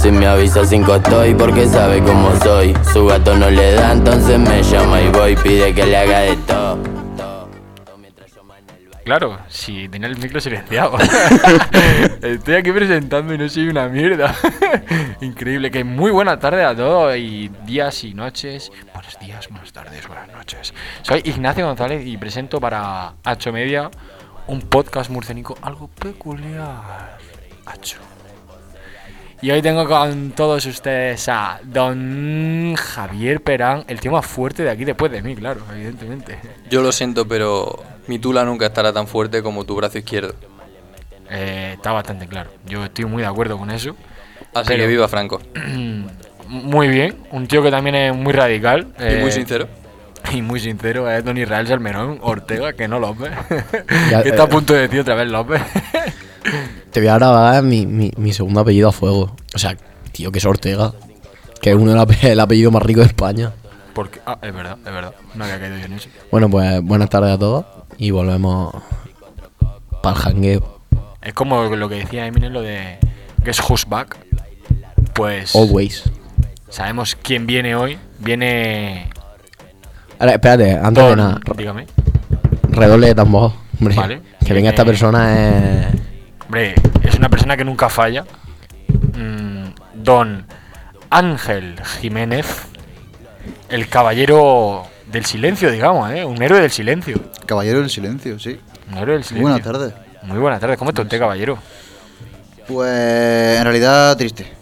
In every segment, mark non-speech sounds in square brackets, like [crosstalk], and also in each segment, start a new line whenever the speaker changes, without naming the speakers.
Si me avisa cinco estoy porque sabe cómo soy. Su gato no le da, entonces me llama y voy. Pide que le haga de todo. todo, todo mientras yo mano el baile.
Claro, si tenía el micro silenciado. Estoy aquí presentando y no soy una mierda. [laughs] Increíble, que muy buena tarde a todos y días y noches. Buenos días, buenas tardes, buenas noches. Soy Ignacio González y presento para Hacho Media un podcast murcianico algo peculiar. Hacho. Y hoy tengo con todos ustedes a don Javier Perán, el tío más fuerte de aquí después de mí, claro, evidentemente.
Yo lo siento, pero mi tula nunca estará tan fuerte como tu brazo izquierdo.
Eh, está bastante claro. Yo estoy muy de acuerdo con eso.
Así
Pero-
que viva Franco.
Muy bien. Un tío que también es muy radical.
Y
eh,
muy sincero.
[laughs] Y muy sincero. Es don Israel Salmerón Ortega, que no López.
[laughs] Ya,
que está a
eh,
punto de decir otra vez López. [laughs]
Te voy a grabar mi, mi, mi segundo apellido a fuego. O sea, tío, que es Ortega. Que es uno del ape- [laughs] el apellido más rico de España.
Porque, ah, es verdad, es verdad. No había caído yo en eso.
Bueno, pues buenas tardes a todos. Y volvemos para el jangueo.
Es como lo que decía Eminem, lo de Guess Who's Back. Pues
Oh, Always.
sabemos quién viene hoy. Viene.
Ahora, espérate, antes de
Don,
nada,
dígame.
redoble de tambor. Hombre,
Vale.
que venga
Eh,
esta persona eh, es.
Hombre, es una persona que nunca falla. Mm, don Ángel Jiménez, el caballero del silencio, digamos, ¿eh? Un héroe del silencio.
Caballero del Silencio, sí.
Un héroe del silencio.
Buenas tardes.
Muy buenas tardes. ¿Cómo está usted, caballero?
Pues en realidad triste.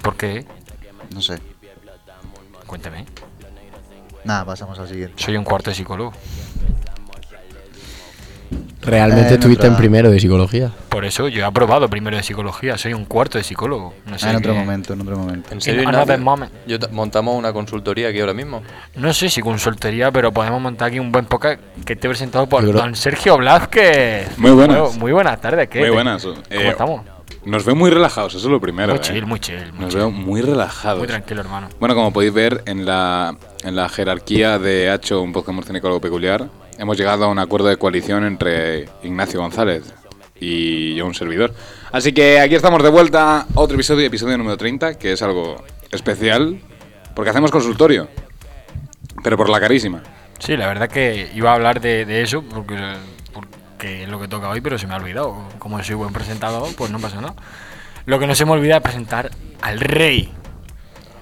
¿Por qué?
No sé.
Cuénteme.
Nada, pasamos al siguiente. Ah,
Soy un cuarto de psicólogo.
Realmente
Eh,
estuviste en
nuestra-
primero de psicología.
Por eso yo he aprobado primero de psicología. Soy un cuarto de psicólogo. No sé
Ah, en otro
qué-
momento, en otro momento.
¿En serio,
another
Ignacio?
moment.
Yo ta- montamos una consultoría aquí ahora mismo.
No sé si con soltería, pero podemos montar aquí un buen podcast que esté presentado por
Yo creo-
don Sergio Blázquez.
Muy buenas.
Muy buenas tardes. ¿qué?
Muy buenas.
¿Cómo
Eh,
estamos?
Nos veo muy relajados, eso es lo primero.
Muy
eh.
chill, muy chill, muy
Nos
chill.
veo muy relajados.
Muy tranquilo, hermano.
Bueno, como podéis ver en la, en la jerarquía de Hacho, un podcast murcianico algo peculiar, hemos llegado a un acuerdo de coalición entre Ignacio González y yo, un servidor. Así que aquí estamos de vuelta, otro episodio, episodio número 30, que es algo especial, porque hacemos consultorio, pero por la carísima.
Sí, la verdad que iba a hablar de, de eso porque, porque es lo que toca hoy, pero se me ha olvidado. Como soy buen presentador, pues no pasa nada. Lo que no se me olvida es presentar al rey,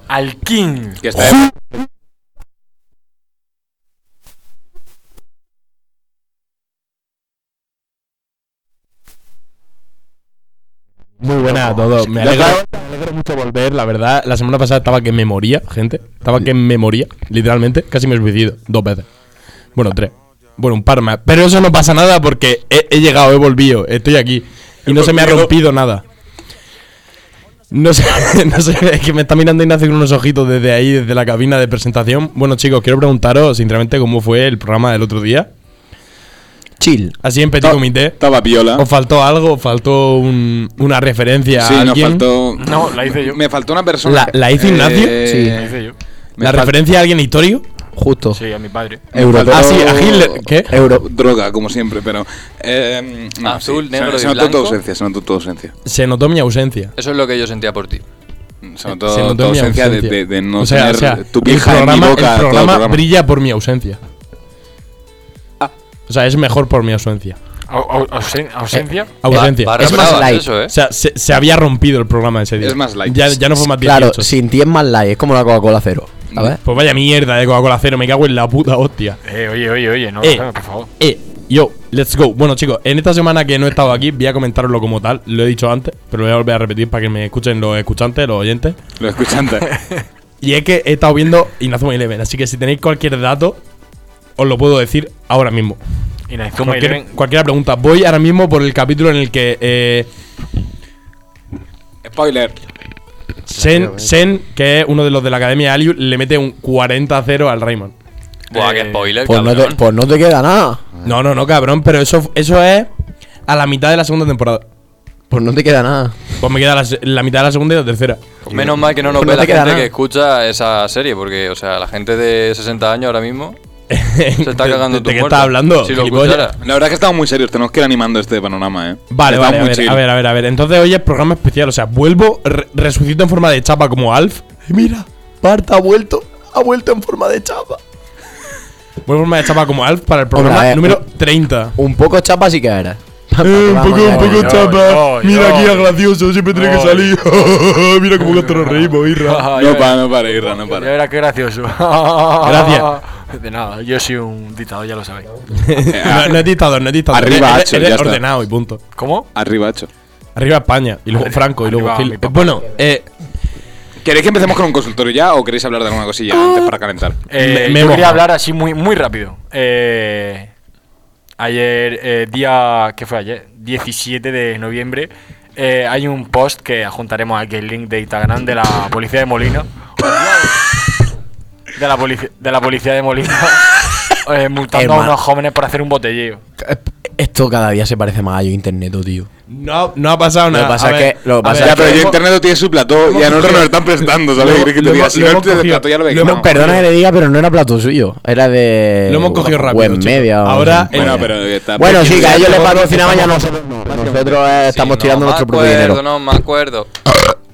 al king.
Que está
Muy buenas a todos. Me alegro, me alegro mucho volver, la verdad. La semana pasada estaba que me moría, gente. Estaba que me moría, literalmente. Casi me suicido, dos veces. Bueno, tres. Bueno, un par más. Pero eso no pasa nada porque eh, he, he llegado, he volvido, estoy aquí. Y no se me ha rompido nada. No sé, [laughs] no sé, es que me está mirando Ignacio con unos ojitos desde ahí, desde la cabina de presentación. Bueno, chicos, quiero preguntaros, sinceramente, cómo fue el programa del otro día.
Chill.
Así en
Ah.
petit comité.
estaba piola.
¿Os faltó algo? ¿Os faltó un- una referencia
Sí,
a
nos
alguien?
faltó.
No, la hice yo.
Me faltó una persona. Eh,
¿La- la hizo Ignacio?
Sí.
Me dice yo.
me
¿La
fal-
referencia a alguien histórico?
Justo.
Sí, a mi padre.
me
Euro.
faltó-
Ah, sí, a Hitler. ¿Qué?
Euro.
Droga, como siempre, pero. eh, no,
Ah,
Azul,
sí.
negro
se,
y
se notó
blanco.
tu ausencia, se notó tu ausencia.
Se notó mi ausencia.
Eso es lo que yo sentía por ti.
Se notó,
Se notó
tu
mi
ausencia, de-
ausencia.
De, de no
O sea,
tener
o sea,
tu pija
el programa,
en mi boca.
el
todo el
programa
programa.
brilla por mi ausencia. O sea, es mejor por mi ausencia.
Au- au- ausen- ausencia.
Ausencia.
Barra
es más
brava,
light.
Eso, ¿eh?
O sea, se, se había rompido el programa ese día.
Es más light.
Ya, ya no fue más 18.
Claro, sin 10 más light, es como la Coca-Cola cero. ¿Sabes?
Pues vaya mierda de Coca-Cola cero, me cago en la puta hostia.
Eh, oye, oye, oye, no,
Eh.
déjame, por favor.
Eh, yo, let's go. Bueno, chicos, en esta semana que no he estado aquí, voy a comentarlo como tal. Lo he dicho antes, pero lo voy a volver a repetir para que me escuchen los escuchantes, los oyentes.
Lo
[laughs]
escuchante.
Y es que he estado viendo Inazuma Eleven, así que si tenéis cualquier dato, os lo puedo decir ahora mismo.
Y la Inzuma
Cualquier,
Eleven-
cualquiera pregunta. Voy ahora mismo por el capítulo en el que eh,
Spoiler.
Sen, Sen, que es uno de los de la Academia Aliu, le mete un 40-0 al Raymond.
Buah,
Eh,
qué spoiler,
Pues no,
cabrón.
te, pues no te queda nada.
No, no, no, cabrón, pero eso, eso es a la mitad de la segunda temporada.
Pues no te queda nada.
Pues me queda la, se- la mitad de la segunda y la tercera.
Pues Menos mal que no nos
Pues no
ve
te
la
queda
gente
nada.
que escucha esa serie, porque, o sea, la gente de 60 años ahora mismo Se está
[laughs] ¿De-
cagando
de
tu
qué
muerto.
estás hablando,
Si lo
gilipollas?
escuchara.
La verdad es que estamos muy serios, tenemos que ir animando este panorama, ¿eh?
Vale,
Estamos
vale, a
muy
ver,
chill.
a ver, a ver, a ver. Entonces hoy es programa especial, o sea, vuelvo, re- resucito en forma de chapa como Alf. Y mira, Marta ha vuelto, ha vuelto en forma de chapa. Vuelvo en forma de chapa como Alf para el programa
Hombre, a ver, eh,
número 30.
Un poco chapa sí que era.
Eh,
poco chapa. Mira que era
gracioso, siempre
tiene que salir.
[laughs] mira cómo que nos reímos,
No para, no para, Irra, no
Ya
para.
verás qué gracioso.
Gracias.
[laughs] De nada, yo soy un dictador, ya lo sabéis.
[laughs] No, no he dictador, no he dictador.
Arriba,
Eres-
hacho,
eres
ya está.
ordenado y punto.
¿Cómo?
Arriba, hacho.
Arriba España, y luego Franco, y luego
arriba
Gil.
mi papá.
Bueno, eh,
¿Queréis que empecemos con un consultorio ya o queréis hablar de alguna cosilla antes para calentar?
Eh,
Me- me he
yo quería
mojado.
hablar así muy, muy rápido. Eh, ayer, eh, día. ¿Qué fue ayer? 17 de noviembre. eh, hay un post que adjuntaremos aquí el link de Instagram de la policía de
[laughs]
Molina. De la, polici- de la policía de
[laughs]
Molina. eh, multando a
Hermano.
unos jóvenes por hacer un botellillo.
Esto cada día se parece más a yo internet, tío.
no, no ha pasado
Lo que
nada.
pasa
A
es
ver,
que- lo que
a
pasa
ver,
Ya, pero yo
hemos-
internet no tiene su plató y a nosotros nos lo están prestando, ¿sabes?
Lo-
¿Qué quieres que
lo
te diga?
hemos-
Si
lo
no
hemos
tienes el
cogido.
plató ya lo ves.
Lo hemos-
Perdona que le diga, pero no era plato suyo. Era de.
Lo hemos cogido rápido,
Web
chicos.
media. o-
Ahora,
Bueno, pero está
Bueno, sí, que a ellos les
estamos-
patrocinaban ya nosotros no. Nosotros eh, estamos
Sí,
tirando
no
nuestro
me
propio
acuerdo,
dinero.
No me acuerdo.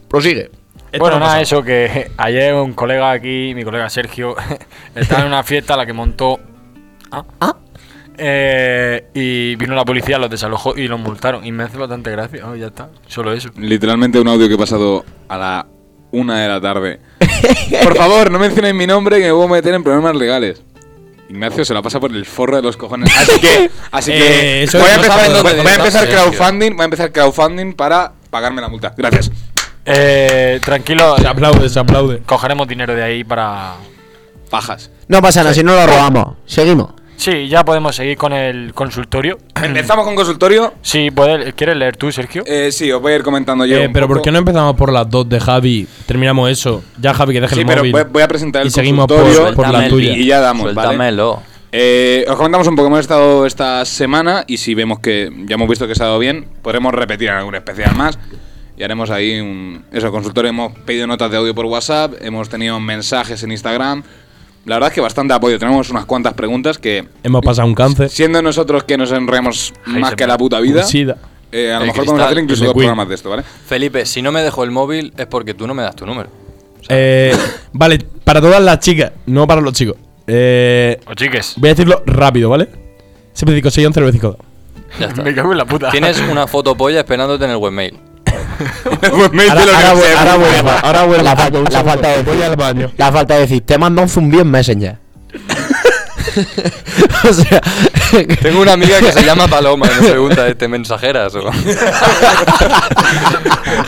Prosigue.
esto
Bueno,
no ha
nada,
pasado.
eso que [laughs] ayer un colega aquí, mi colega Sergio, [laughs] estaba en una fiesta a la que montó. Ah. Eh, y vino la policía, los desalojó y los multaron. Y me hace bastante gracia. Ah, ya está, solo eso.
Literalmente un audio que he pasado a la una de la tarde. Por favor, no mencionéis mi nombre que me voy a meter en problemas legales. Ignacio se la pasa por el forro de los cojones. Así que, así que
Eh, eso
voy, a
no
empezar,
saben
dónde
voy- voy a
está,
empezar
Sergio.
crowdfunding, voy a empezar crowdfunding para pagarme la multa. Gracias.
Eh, tranquilo,
Se aplaude, se aplaude.
cogeremos dinero de ahí para.
Pajas.
No pasa nada, si no lo robamos. Seguimos.
Sí, ya podemos seguir con el consultorio.
Empezamos con consultorio.
Sí, puedes, ¿quieres leer tú, Sergio?
Eh, sí, os voy a ir comentando yo.
Eh,
un
pero
poco.
¿por qué no empezamos por las dos de Javi? Terminamos eso. Ya, Javi, que deje
Sí,
el
pero
móvil.
voy, voy a presentar
Y
el
seguimos por-
consultorio
por la
Suéltame el
tuya.
link.
y ya damos, ¿vale?
Suéltamelo.
Eh, os comentamos un poco cómo ha estado esta semana y si vemos que ya hemos visto que ha estado bien, podremos repetir en algún especial más y haremos ahí un... Eso, consultorio, hemos pedido notas de audio por WhatsApp, hemos tenido mensajes en Instagram. La verdad es que bastante apoyo. Tenemos unas cuantas preguntas que,
Hemos pasado un cáncer.
siendo nosotros que nos enremos más
se
que la puta vida,
un sida.
eh, a
El
lo mejor podemos
cristal,
hacer incluso
el de
dos
Queen.
programas de esto, ¿vale?
Felipe, si no me dejó el móvil es porque tú no me das tu número.
Eh, vale, para todas las chicas, no para los chicos. Eh,
O [laughs] chiques.
voy a decirlo rápido, ¿vale? 756
Ya está.
Me cago en la puta. [laughs]
Tienes una foto polla esperándote en el webmail.
Pues me dice lo que sea.
Ahora vuelve la, fa- la falta
Voy
de
al baño.
la falta de sistemas no un bien Messenger. [laughs] o sea,
Tengo una amiga
[laughs]
que se llama Paloma y me pregunta, ¿te mensajeras
[laughs]
o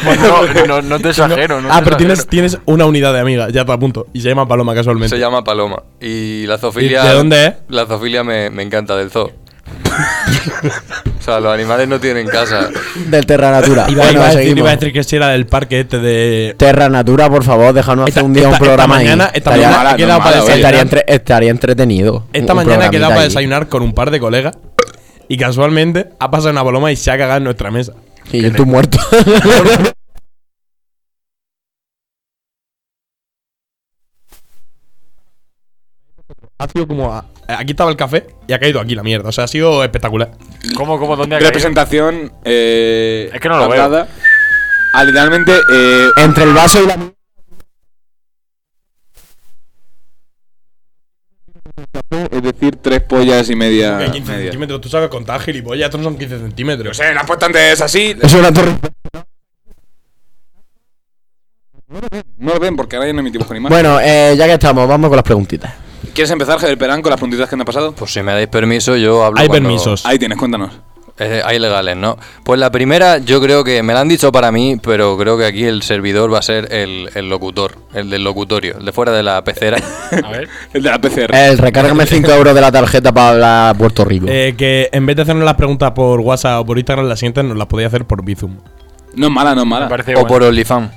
Bueno, no, no, no te exagero, no
ah,
te exagero.
pero tienes, tienes una unidad de amiga, ya está a punto. Y se llama Paloma casualmente.
Se llama Paloma. Y la zoofilia.
¿Y de dónde es?
La zoofilia me, me encanta del zoo. o sea, los animales no tienen casa.
del Terra Natura.
Iba,
bueno,
iba a decir,
seguimos.
iba a decir que si era del parque este de.
Terra Natura, por favor, déjanos hacer un día un
esta
programa
mañana,
ahí.
esta
estaría,
mañana
mala,
he quedado
no
para
mala, oye.
desayunar.
estaría entre- estaría entretenido.
Esta
un
mañana he
programita
quedado para
ahí.
desayunar con un par de colegas. Y casualmente ha pasado una paloma y se ha cagado en nuestra mesa.
Y yo estoy
[laughs]
muerto.
Ha sido como. a- eh, aquí estaba el café y ha caído aquí la mierda. O sea, ha sido espectacular.
¿Cómo, cómo, dónde ha caído?
Representación... Eh,
Es que no lo veo.
hablada. Ah, literalmente... Eh,
Entre el vaso y la.
Es decir, tres pollas y media.
Eh, 15
media.
centímetros, tú sabes contar, gilipollas. Estos no son 15
Yo
centímetros.
sé, la puesta antes es así.
Es una torre.
No lo ven porque ahora ya no emitimos con imagen.
Bueno, eh, ya que estamos, vamos con las preguntitas.
¿Quieres empezar, Javier Perán, con las puntitas que han pasado?
Pues si me dais permiso, yo hablo.
Hay
cuando-
permisos.
Ahí tienes, cuéntanos.
Eh, hay legales, ¿no? Pues la primera, yo creo que me la han dicho para mí, pero creo que aquí el servidor va a ser el, el locutor, el del locutorio, el de fuera de la
[laughs]
pecera.
A ver.
El de la PCR.
El recárgame 5 euros de la tarjeta para hablar a Puerto Rico.
Eh, que en vez de hacernos las preguntas por WhatsApp o por Instagram, las siguientes nos las podéis hacer por Bizum.
No es mala, no es
Me
mala.
parece
o
bueno.
por OnlyFans.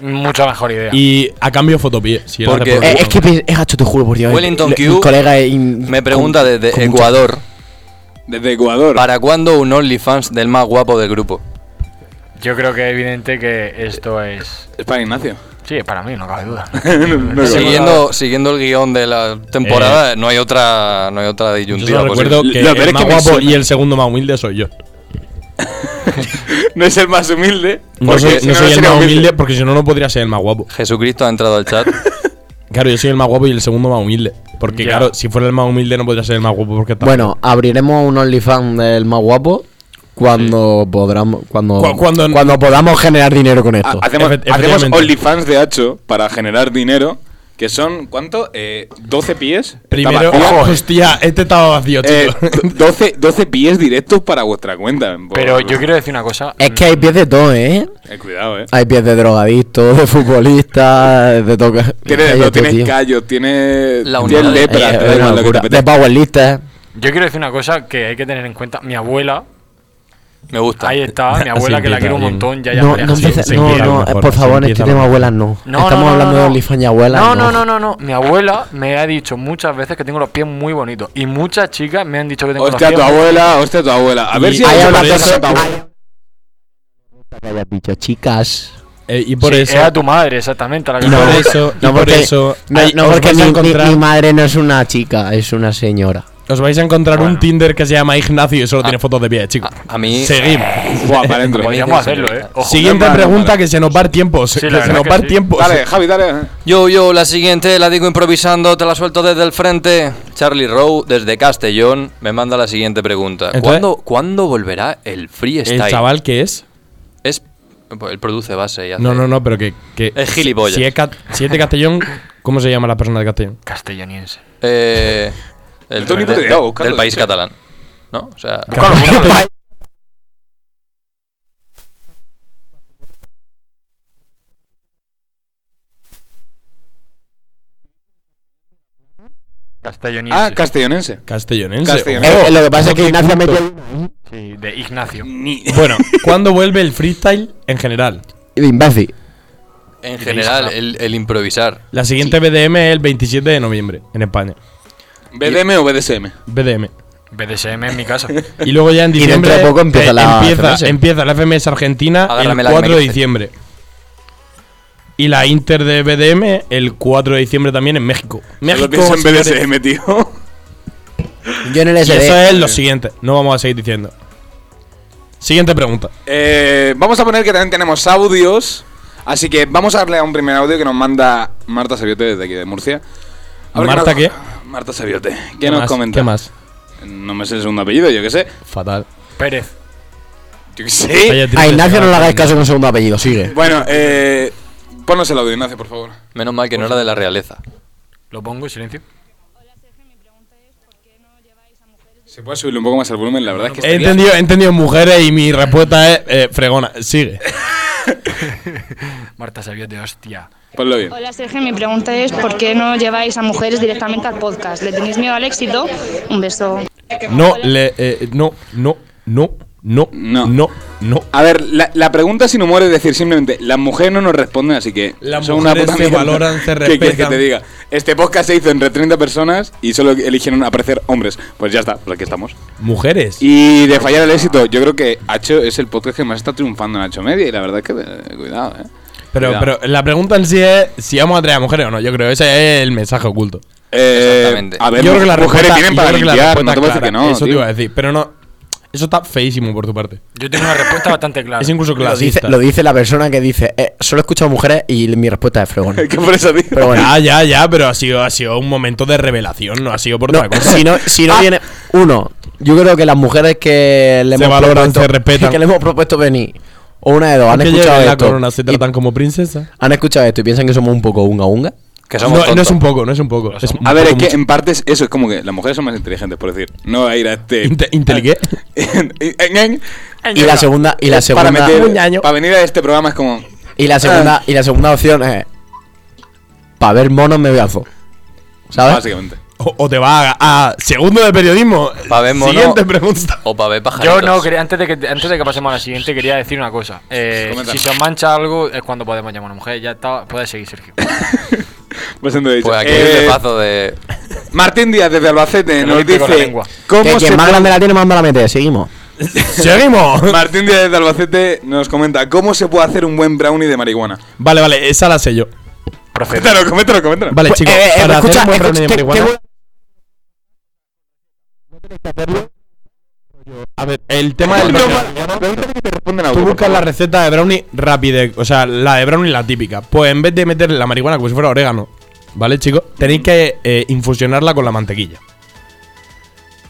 mucha mejor idea.
Y a cambio, fotopie. Si lo
Porque-
haces por
Eh,
Bizum.
es que pi- es gacho, te juro por Dios. eh.
Wellington
le-
Q
mi colega es in-
Me pregunta
con-
desde
con mucha-
Ecuador,
Desde Ecuador.
¿para cuándo un OnlyFans del más guapo del grupo?
Yo creo que es evidente que esto es
Es para Ignacio. [laughs]
Sí, para mí, no cabe duda.
No, no, no.
Siguiendo, siguiendo el guión de la temporada, no hay otra, no hay otra
Eh, Yo
disyuntiva
solo
posible.
recuerdo
Lo
que
peor es
el más
que me
guapo
suena.
y el segundo más humilde soy yo.
No es el más humilde.
No
porque
soy,
si
no soy el
sería
más humilde porque si no, no podría ser el más guapo.
Jesucristo ha entrado al chat.
Claro, yo soy el más guapo y el segundo más humilde. Porque,
Ya.
claro, si fuera el más humilde, no podría ser el más guapo porque tal.
Bueno, abriremos un OnlyFans del más guapo cuando podamos cuando,
Cu- cuando-
podamos generar dinero con
Ha-
esto.
Ah, Hacemos,
Efe-
hacemos
efectivamente.
OnlyFans de Hacho para generar dinero. Que son, ¿cuánto? Eh, 12 pies.
primero,
Está vacío.
[laughs] hostia, este estaba vacío, chico.
Eh, [laughs] 12, 12 pies directos para vuestra cuenta.
Pero yo quiero decir una cosa.
Es que hay pies de todo, ¿eh?
Eh, cuidado, eh.
Hay pies de drogadictos, de futbolistas, de toca.
Tienes,
Hay
no,
de todo,
tienes
tío.
callo, tienes.
La
tienes
unidad de-
lepra,
Eh,
te da
es una
igual lo que te
locura.
apetezca.
de powerlistas.
Yo quiero decir una cosa que hay que tener en cuenta. Mi abuela,
Me gusta.
ahí está,
[laughs]
mi abuela
Se
que la
invita
quiero un
bien.
montón, ya ya
No,
me
no,
deja
empieza-
así.
se
no,
empieza
no,
mejor,
por
se
favor, en
empieza
este tema
mejor.
abuelas no.
No,
Estamos
no, no,
hablando
no,
de
no.
OnlyFans y abuelas.
No, no, no, no, no. Mi abuela me ha dicho muchas veces que tengo los pies muy bonitos. Y muchas chicas me han dicho que tengo
Hostia,
los
tu
pies.
abuela, hostia, tu abuela. A ver
Y
si
Hay
Hacho
una
parece a
persona.
Santa Abuela.
que hayas dicho, chicas.
Eh, y por
Sí,
eso.
Era tu madre, exactamente, la que
Y
No,
por eso, y
no,
por
porque-
eso
No,
ahí
ah, no,
os
porque
vais
mi,
a
mi-
encontrar,
mi madre no es una chica, es una señora.
os vais a encontrar
Bueno.
un Tinder que se llama Ignacio y solo tiene fotos de pie, chicos.
Ah, A mí.
Seguimos.
Buah, para
[laughs]
adentro.
Podríamos hacerlo, eh. Ojo.
Siguiente
no, no,
pregunta
vale.
que se nos va el tiempo. se-
Sí, la
que se
verdad
nos
que
va el
sí.
tiempo.
Dale, Javi, dale.
Yo, yo, la siguiente la digo improvisando, te la suelto desde el frente. Charlie Rowe, desde Castellón, me manda la siguiente pregunta.
Entonces-
¿Cuándo, ¿cuándo volverá el freestyle?
¿El chaval que es?
Es, pues, él produce base y hace-
No, no, no, pero que. que
Es gilipollas.
Si es, ca- si es de Castellón, ¿cómo se llama la persona de Castellón?
Castellaniense.
Eh, el
No tengo ni
de-
puta idea, buscadlo,
del país
sí.
catalán. ¿No? O sea,
Castellaniense.
Ah, castellonense.
Castellonense.
Castellonense.
Eh, eh, lo que pasa es que Ignacio ha metido.
Sí, de Ignacio.
Ni-
Bueno, ¿cuándo vuelve el freestyle en general?
Imbécil.
en general, el, el improvisar.
La siguiente BDM es el 27 de noviembre en España.
¿BDM o BDSM?
BDM.
BDSM en mi casa.
Y luego ya en
[laughs] Y dentro
diciembre.
de poco empieza la FMS.
empieza, empieza la FMS Argentina
Agárrame
el
la que me
4 de
dice.
diciembre. Y la Inter de BDM el 4 de diciembre también en México.
Yo
México.
pienso en
señores.
BDSM, tío.
Yo en el
Y
SD.
eso es lo siguiente. No vamos a seguir diciendo. Siguiente pregunta.
Eh, vamos a poner que también tenemos audios. Así que vamos a darle a un primer audio que nos manda Marta Saviote desde aquí de Murcia. A ver
¿Marta
nos-
qué?
[laughs] Marta Saviote. ¿Qué, nos
más?
comenta?
¿Qué más?
No me sé el segundo apellido, yo qué sé.
Fatal.
Pérez.
Yo qué
Pues
sé.
Eh, A Ignacio no le hagáis caso con segundo apellido, sigue.
Bueno, eh, ponnos el audio, Ignacio, por favor.
Menos mal que no era de la realeza.
Lo pongo, silencio.
Se puede subirle un poco más el volumen, la verdad es que
He entendido, he entendido mujeres y mi respuesta es eh, fregona. Sigue.
Marta Sabiote, hostia.
ponlo bien.
Hola Sergio, mi pregunta es ¿por qué no lleváis a mujeres directamente al podcast? ¿Le tenéis miedo al éxito? Un beso.
No, le, eh, no, no, no,
No.
no, no, no, no.
A ver, la, la pregunta sin humor es decir simplemente, las mujeres no nos responden, así que...
Las
son
mujeres se
mierda.
valoran,
[laughs]
se
¿Qué quieres que
respetan.
te diga? Este podcast se hizo entre 30 personas y solo eligieron aparecer hombres. Pues ya está, pues aquí estamos.
Mujeres.
Y de fallar el éxito, yo creo que Hacho es el podcast que más está triunfando en Hacho Media y la verdad es que... eh, cuidado, eh.
Pero,
Cuidado.
pero la pregunta en sí es si vamos a traer a mujeres o no. Yo creo que ese es el mensaje oculto.
Eh,
Exactamente.
A ver,
yo creo que
las
las
mujeres tienen para limpiar, no te voy a decir que no.
Eso te
tío.
iba
[laughs]
a decir. Pero no. Eso está feísimo por tu parte.
Yo tengo una respuesta bastante clara.
Es incluso
Lo dice,
clasista.
lo dice la persona que dice, eh, solo he escuchado mujeres y mi respuesta es
[laughs]
fregona.
¿Qué por eso, tío?
Pero bueno,
Ya, ya, ya, pero ha sido, ha sido un momento de revelación, no ha sido por otra
no,
cosa. Ah.
si no, si no viene... Uno, yo creo que las mujeres que le,
Se
hemos,
valoran,
propuesto,
se
[laughs]
respetan.
que le hemos propuesto venir, o una de dos, han
Aunque
escuchado,
lleven la
esto,
corona, se
y,
tratan como princesa.
han escuchado esto y piensan que somos un poco unga unga.
Que somos
No, no es
tontos.
un poco, no es un poco. es un
A ver, es
poco
que
mucho.
en partes eso es como que las mujeres son más inteligentes, por decir. No va a ir a este...
Inte- intel- ¿qué?
[laughs]
Y la segunda, y la segunda,
para, meter, para venir a este programa es como...
y la segunda, y la segunda opción es, para ver monos me voy al zoo". ¿Sabes?
Básicamente.
O, o te va a, a segundo de periodismo.
Pa' ver mono. [laughs]
Siguiente pregunta.
O para ver
Yo
pajaritos.
no quería, antes de, que, antes de que pasemos a la siguiente, quería decir una cosa. Eh,
Comenta.
si se os mancha algo, es cuando podemos llamar a una mujer. Ya está, puedes seguir,
[laughs]
Sergio.
Pues entonces,
Pues aquí
eh,
el repazo de.
Martín Díaz desde Albacete
Que no
nos
limpie con la
dice
lengua.
cómo
Que
se
quien más
puede-
grande la tiene, más mala mete. Seguimos.
¡Seguimos! [laughs]
Martín Díaz de Albacete nos comenta ¿Cómo se puede hacer un buen brownie de marihuana?
Vale, vale, esa la sé yo.
Coméntalo, coméntalo, coméntalo
Vale, chicos,
Eh, eh,
para hacer
escucha,
un buen
escucha,
brownie de
que-
marihuana-
que voy-
A ver, el tema [laughs] del brownie. Tú buscas la receta de brownie rápida, o sea, la de brownie la típica. Pues en vez de meterle la marihuana como si fuera orégano, ¿vale, chicos? Tenéis que eh, infusionarla con la mantequilla. [laughs]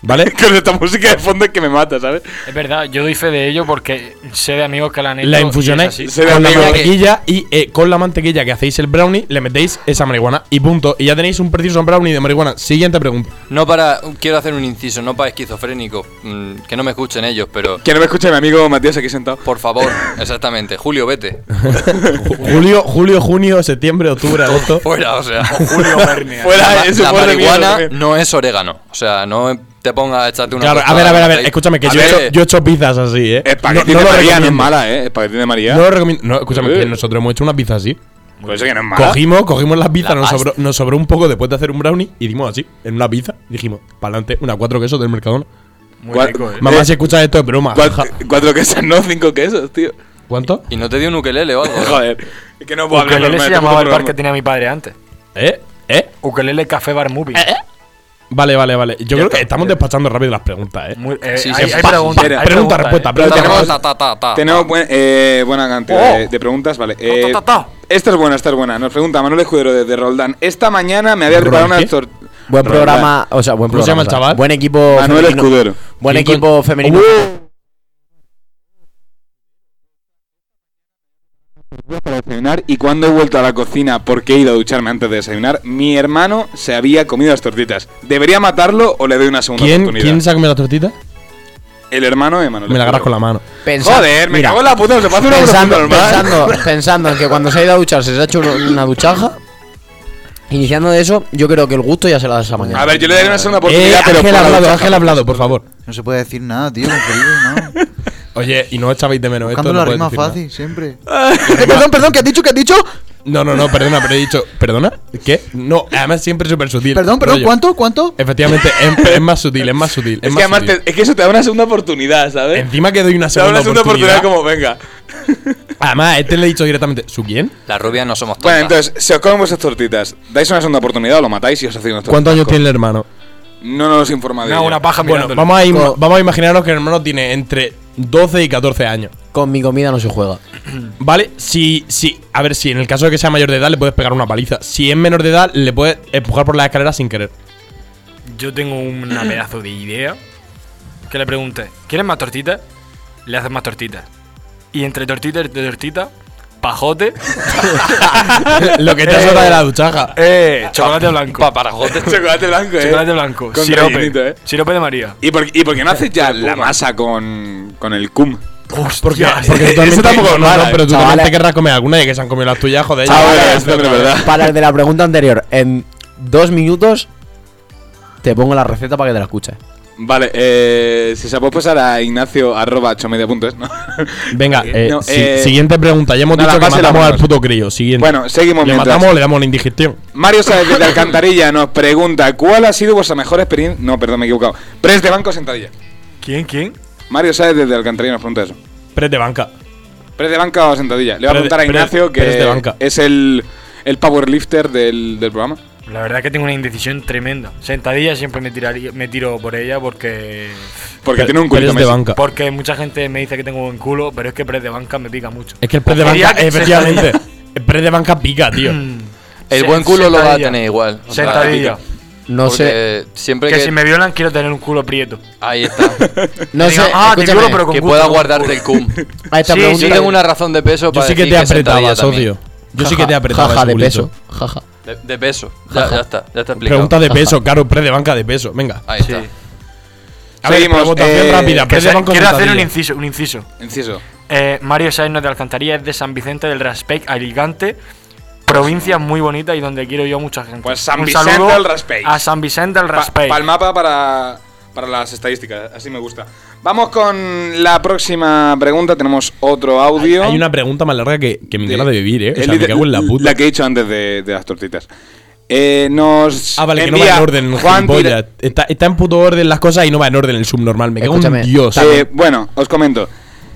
¿Vale?
Con esta música de fondo que me mata, ¿sabes?
Es verdad, yo doy fe de ello porque sé de amigos que la han hecho.
La
y es
infusionáis
así.
Se ve
con la
amigo que-
mantequilla y eh, con la mantequilla que hacéis el brownie le metéis esa marihuana y punto. Y ya tenéis un precioso brownie de marihuana. Siguiente pregunta.
No para. Quiero hacer un inciso, no para esquizofrénicos. mm, que no me escuchen ellos, pero.
Que no me escuche mi amigo Matías aquí sentado [laughs]
Por
[laughs]
favor, exactamente. Julio, vete.
Ju- julio, julio, junio, septiembre, octubre, agosto.
Fuera, o
[laughs]
sea.
Fuera,
la,
eso
la
fue de mierda
marihuana
también.
no es orégano. O sea, no te pongas a echarte una.
eh. Claro, a
tostada
ver, a ver, a ver,
ahí.
escúchame, que
A
yo, he
ver,
hecho, yo he hecho pizzas así, ¿eh?
Espagueti
No- no
de
lo
María no ¿eh? es
recomiendo.
mala, ¿eh? Espagueti de María
No lo recomiendo. No, escúchame,
Eh. Ah.
que nosotros hemos hecho una pizza así.
Por eso que no es mala
Cogimos, cogimos las pizzas,
La
nos
pasta.
sobró, nos sobró un poco después de hacer un brownie y dimos así, en una pizza. Dijimos, para adelante, una cuatro quesos del Mercadona.
Muy
Cuat-
rico, ¿eh?
Mamá, si escuchas esto es broma.
Cuatro,
Ja.
cuatro quesos, no cinco quesos, tío.
¿Cuánto?
Y no te dio un ukelele o algo.
Joder, es que no puedo hablar.
Ukelele
normal,
se
tengo
llamaba el
otro
bar que
programa.
tenía mi padre antes.
¿Eh? ¿Eh?
Ukelele Café Bar Movie.
Vale, vale, vale. Yo creo
está,
que estamos
ya.
despachando rápido las preguntas, ¿eh?
Muy- eh,
Sí,
hay,
sí,
hay
pa-
preguntas,
espera.
hay
Pregunta,
preguntas,
respuesta,
¿eh?
pregunta,
Pero
Tenemos
tenemos-
ta, ta, ta, ta.
Tenemos buen- eh, buena cantidad de, de preguntas, vale. Eh,
Ah. Oh. ta, ta, ta.
Esta es buena, esta es buena. Nos pregunta Manuel Escudero desde Roldán. Esta mañana me había preparado una
¿Roldán qué?
sor-
Buen
Roldán.
programa, o sea, buen programa.
¿Cómo se llama el
o sea,
chaval?
Buen equipo
Manuel
femenino.
Escudero.
Buen
¿Quién con-
equipo femenino.
Para desayunar y cuando he vuelto a la cocina porque he ido a ducharme antes de desayunar, mi hermano se había comido las tortitas. ¿Debería matarlo o le doy una segunda
¿Quién,
oportunidad?
¿Quién se ha comido las tortitas?
El hermano de Manuel.
Me la agarras
Escudero.
con la mano.
Pensa-
Joder, me
mira,
cago en la puta, se puede hacer una
pensando,
pregunta normal.
pensando, pensando en que cuando se ha ido a duchar se ha hecho una duchaja. Iniciando de eso, yo creo que el gusto ya se la da esa mañana.
A ver, yo le daría una segunda
Eh,
oportunidad, pero.
Ángel
por la
hablado,
ducha.
Ángel hablado, por favor.
No se puede decir nada, tío, con querido, ¿no?
Oye, y no echabais de menos esto.
Buscando
No
la
puedes
rima
decir nada.
fácil, siempre. Ah,
Eh, perdón, perdón, ¿qué has dicho? ¿Qué has dicho?
No, no, no, perdona, pero he dicho, ¿perdona? ¿Qué? No, además siempre súper sutil.
Perdón, perdón,
Rollo.
¿cuánto? ¿Cuánto?
Efectivamente,
[laughs]
es, es más sutil, es más sutil.
Es que
Es, más
además
sutil. ¿Eh?
te- es que eso te da una segunda oportunidad, ¿sabes?
Encima que doy una
te da
segunda,
una segunda oportunidad,
oportunidad.
como venga.
Además, a este le he dicho directamente, ¿su quién?
Las rubias no somos tontas.
Bueno, entonces, si os comen vuestras tortitas, dais una segunda oportunidad o lo matáis y os hacéis unas tortitas.
¿Cuántos años
con-
tiene el hermano?
No nos informa de
No,
ello.
una paja
Bueno,
mirándolo.
vamos a, im- vamos a imaginarnos que el hermano tiene entre 12 y 14 años.
Con mi comida no se juega.
¿Vale? Si, si, a ver, si en el caso de que sea mayor de edad le puedes pegar una paliza. Si es menor de edad, le puedes empujar por la escalera sin [laughs] querer.
Yo tengo una pedazo de idea. Que le pregunte, ¿quieres más tortitas? Le haces más tortitas. Y entre tortita y tortita, pajote,
Lo que te has soltado de la duchaja.
[laughs] eh, [laughs] chocolate blanco.
Paparajote.
[laughs] Chocolate blanco, eh.
Chocolate blanco,
Con rellenito,
sirope.
eh.
Sirope de María.
¿Y por, ¿Y por qué no haces ya la masa con, con el cum?
Ah, Porque,
Hostias. [laughs]
porque tú
Eso
también, te-
tampoco es
no,
mala,
no,
eh.
pero tú
chavales.
también te querrás comer alguna y que se han comido las tuyas, joder.
Ah,
ya.
bueno, esto es verdad.
Para el de la pregunta anterior, en dos minutos te pongo la receta para que te la escuches.
Vale, eh, si se puede pasar a ignacio arroba chomedia.es, ¿no?
Venga, eh,
No,
si-
eh,
siguiente pregunta. Ya hemos
no, la
dicho que
pase la
matamos al
menos.
puto crío. Siguiente.
Bueno, seguimos
le
mientras.
matamos o le damos la indigestión.
Mario Sáez de Alcantarilla nos pregunta ¿Cuál ha sido vuestra mejor experiencia? No, perdón, me he equivocado. Press de banco sentadilla.
¿Quién, quién?
Mario Sáez desde Alcantarilla nos pregunta eso.
Pres de banca.
¿Pres de banca o sentadilla? Le voy a
Press de-
preguntar a
press-
Ignacio, que
press de banca.
es el, el powerlifter del, del programa.
La verdad es que tengo una indecisión tremenda. Sentadilla siempre me, tiraría, me tiro por ella porque.
Porque
Pre-
tiene un culito
press de
Messi.
banca.
Porque mucha gente me dice que tengo buen culo, pero es que press de banca me pica mucho.
Es que Mm. el pres de
Diría
banca,
que
[laughs] efectivamente. El pres de banca pica, tío.
El
Se-
buen culo lo va a
sentadilla.
tener igual. O sea,
Sentadilla.
No sé,
porque Siempre
Que,
que.
si me violan quiero tener un culo prieto.
Ahí
[laughs]
está.
no
que
sé,
diga, ah, te
escúchame,
juro, pero con
que
gusto,
pueda
con
guardarte el
[laughs]
cum.
a esta
Sí,
pregunta
Yo tengo una razón de peso
Yo
para
sí que
decir
te apretaba,
sentadilla también.
socio. Yo sí que te
jaja,
apretaba.
jaja,
ese
de
culito.
peso, jaja.
De, de peso. Ya, ya está, ya está explicado.
Pregunta de peso, claro, pre de banca de peso. Venga.
Ahí está.
A ver,
Seguimos,
votación
eh,
rápida.
Que
Pre de
se-
banca o
quiero hacer un
sentadilla.
inciso, un inciso.
Inciso.
Eh, Mario Sáenz no es de Alcantarilla es de San Vicente del Raspec, Alicante. Provincia muy bonita y donde quiero yo a mucha gente.
Pues San
Un
Vicente
saludo
del Raspec.
A San Vicente del Raspec.
para el mapa, para, para las estadísticas. Así me gusta. Vamos con la próxima pregunta. Tenemos otro audio.
Hay una pregunta más larga que, que mi
de-
gana de vivir, eh. O
el
sea, me
líder-
cago en la puta.
que he hecho antes de, de las tortitas. Eh, nos
Ah, vale, que no
envía
va en orden el
Juan Tira-
gilipollas. Está, está en puto orden las cosas y no va en orden el subnormal. Me cago en
Escúchame,
Dios.
Eh, bueno, os comento.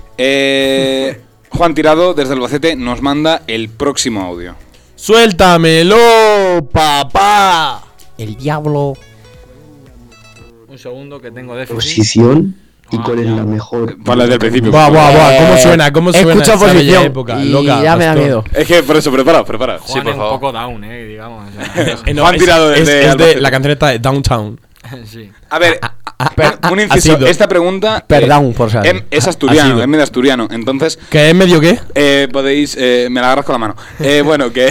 [laughs]
Eh, Juan Tirado, desde Albacete, nos manda el próximo audio.
¡Suéltamelo, papá!
El diablo.
Un segundo que tengo déficit.
posición y cuál es la mejor.
Para desde el principio.
Buah, buah, Ah, buah, ¿cómo
Eh,
suena? ¿Cómo suena?
Escucha
esa bella
posición.
época,
y
loca,
ya me da
Pastor?
miedo.
Es que por eso, preparaos, preparaos.
Juan
pues.
por
es
favor.
un poco down, eh, digamos. o sea,
[laughs] [laughs]
[laughs]
Eh,
Juan Tirado
es,
desde
es de
Albacete.
la cancioneta de Downtown.
sí.
A ver,
Ah,
per- un
ha
inciso.
sido.
Esta pregunta.
Perdón por saber.
em- es
Ha
asturiano,
sido.
es medio asturiano. Entonces,
¿Qué es medio qué?
eh, podéis. eh, me la agarras con la
[laughs]
mano. Eh, bueno, que.